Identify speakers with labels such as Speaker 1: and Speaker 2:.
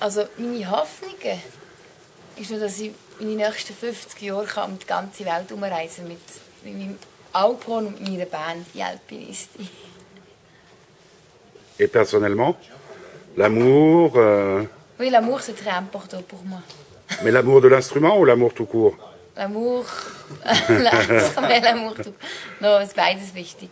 Speaker 1: Also meine Hoffnung ist nur, dass ich in den nächsten 50 Jahren kann um die ganze Welt umreisen mit meinem Alphorn und meiner Band, die Alpinistin.
Speaker 2: Et personnellement, l'amour, euh,
Speaker 1: Oui, l'amour, c'est très important pour moi.
Speaker 2: mais l'amour de l'instrument ou l'amour tout court
Speaker 1: L'amour, l'instrument, l'amour. tout. No, es ist beides wichtig.